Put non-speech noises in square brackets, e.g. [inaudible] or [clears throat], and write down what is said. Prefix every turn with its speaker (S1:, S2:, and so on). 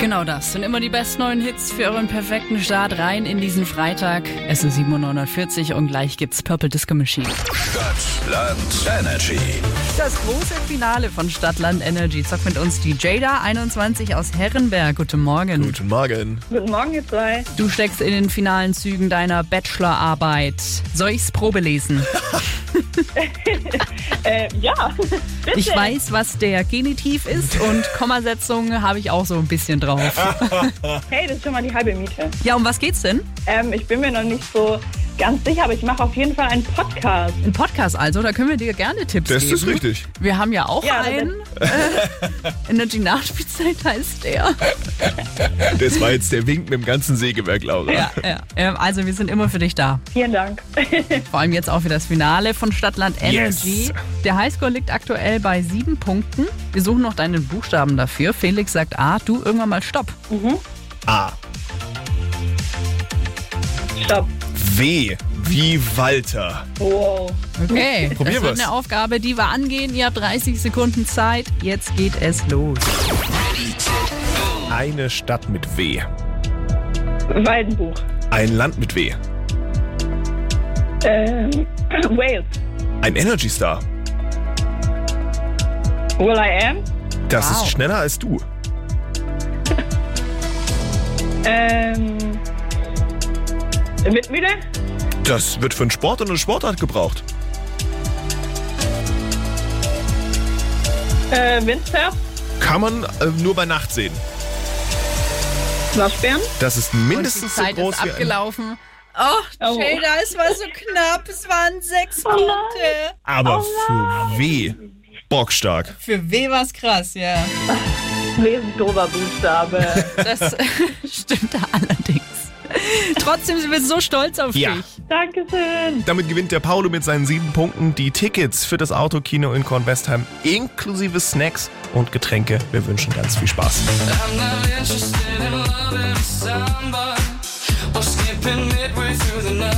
S1: Genau das sind immer die besten neuen Hits für euren perfekten Start rein in diesen Freitag. Es sind 7.49 Uhr und gleich gibt's Purple Disco Machine.
S2: Stadtland Energy.
S1: Das große Finale von Stadtland Energy zockt mit uns die Jada 21 aus Herrenberg. Guten Morgen.
S3: Guten Morgen.
S4: Guten Morgen, ihr zwei.
S1: Du steckst in den finalen Zügen deiner Bachelorarbeit. Soll ich's Probe lesen?
S4: Äh, ja, bitte.
S1: Ich weiß, was der Genitiv ist und Kommasetzung habe ich auch so ein bisschen drauf.
S4: Hey, das ist schon mal die halbe Miete.
S1: Ja, um was geht's denn?
S4: Ähm, ich bin mir noch nicht so ganz sicher, aber ich mache auf jeden Fall einen Podcast.
S1: Ein Podcast also, da können wir dir gerne Tipps
S3: Das
S1: geben.
S3: ist richtig.
S1: Wir haben ja auch
S4: Ja,
S1: einen. Äh, Energy Nachspielzeit heißt der.
S3: Das war jetzt der Wink mit dem ganzen Sägewerk, Laura.
S1: Ja, ja. Ähm, Also wir sind immer für dich da.
S4: Vielen Dank. [laughs]
S1: Vor allem jetzt auch für das Finale von Stadtland Energy.
S3: Yes.
S1: Der Highscore liegt aktuell bei sieben Punkten. Wir suchen noch deinen Buchstaben dafür. Felix sagt A, du irgendwann mal Stopp.
S3: A.
S4: Stopp.
S3: W. Wie Walter.
S4: Wow.
S1: Okay,
S3: [laughs] Probier
S1: das wird
S3: was.
S1: eine Aufgabe, die wir angehen. Ihr habt 30 Sekunden Zeit. Jetzt geht es los.
S3: Eine Stadt mit W.
S4: Waldenbuch.
S3: Ein Land mit W.
S4: Ähm, [clears throat] Wales.
S3: Ein Energy Star.
S4: Will I am?
S3: Das
S1: Wow.
S3: ist schneller als du.
S4: Ähm, Mitmühle?
S3: Das wird für einen Sport und eine Sportart gebraucht.
S4: Äh, Windsurf?
S3: Kann man äh, nur bei Nacht sehen.
S4: Waschbären?
S3: Das ist
S1: Und die
S3: mindestens
S1: Zeit
S3: so groß
S1: ist
S3: wie ein,
S1: abgelaufen. Oh,
S4: Oh.
S1: Jada, es war so knapp. Es waren sechs Punkte.
S3: Aber für W. Bockstark.
S1: Für wen war es krass, ja.
S4: Lesen dober Buchstabe.
S1: Das stimmt allerdings. Trotzdem sind wir so stolz auf
S3: Ja.
S1: dich.
S4: Dankeschön.
S3: Damit gewinnt der Paolo mit seinen sieben Punkten die Tickets für das Autokino in Kornwestheim inklusive Snacks und Getränke. Wir wünschen ganz viel Spaß.
S5: I'm not interested in loving somebody or skipping midway through the night.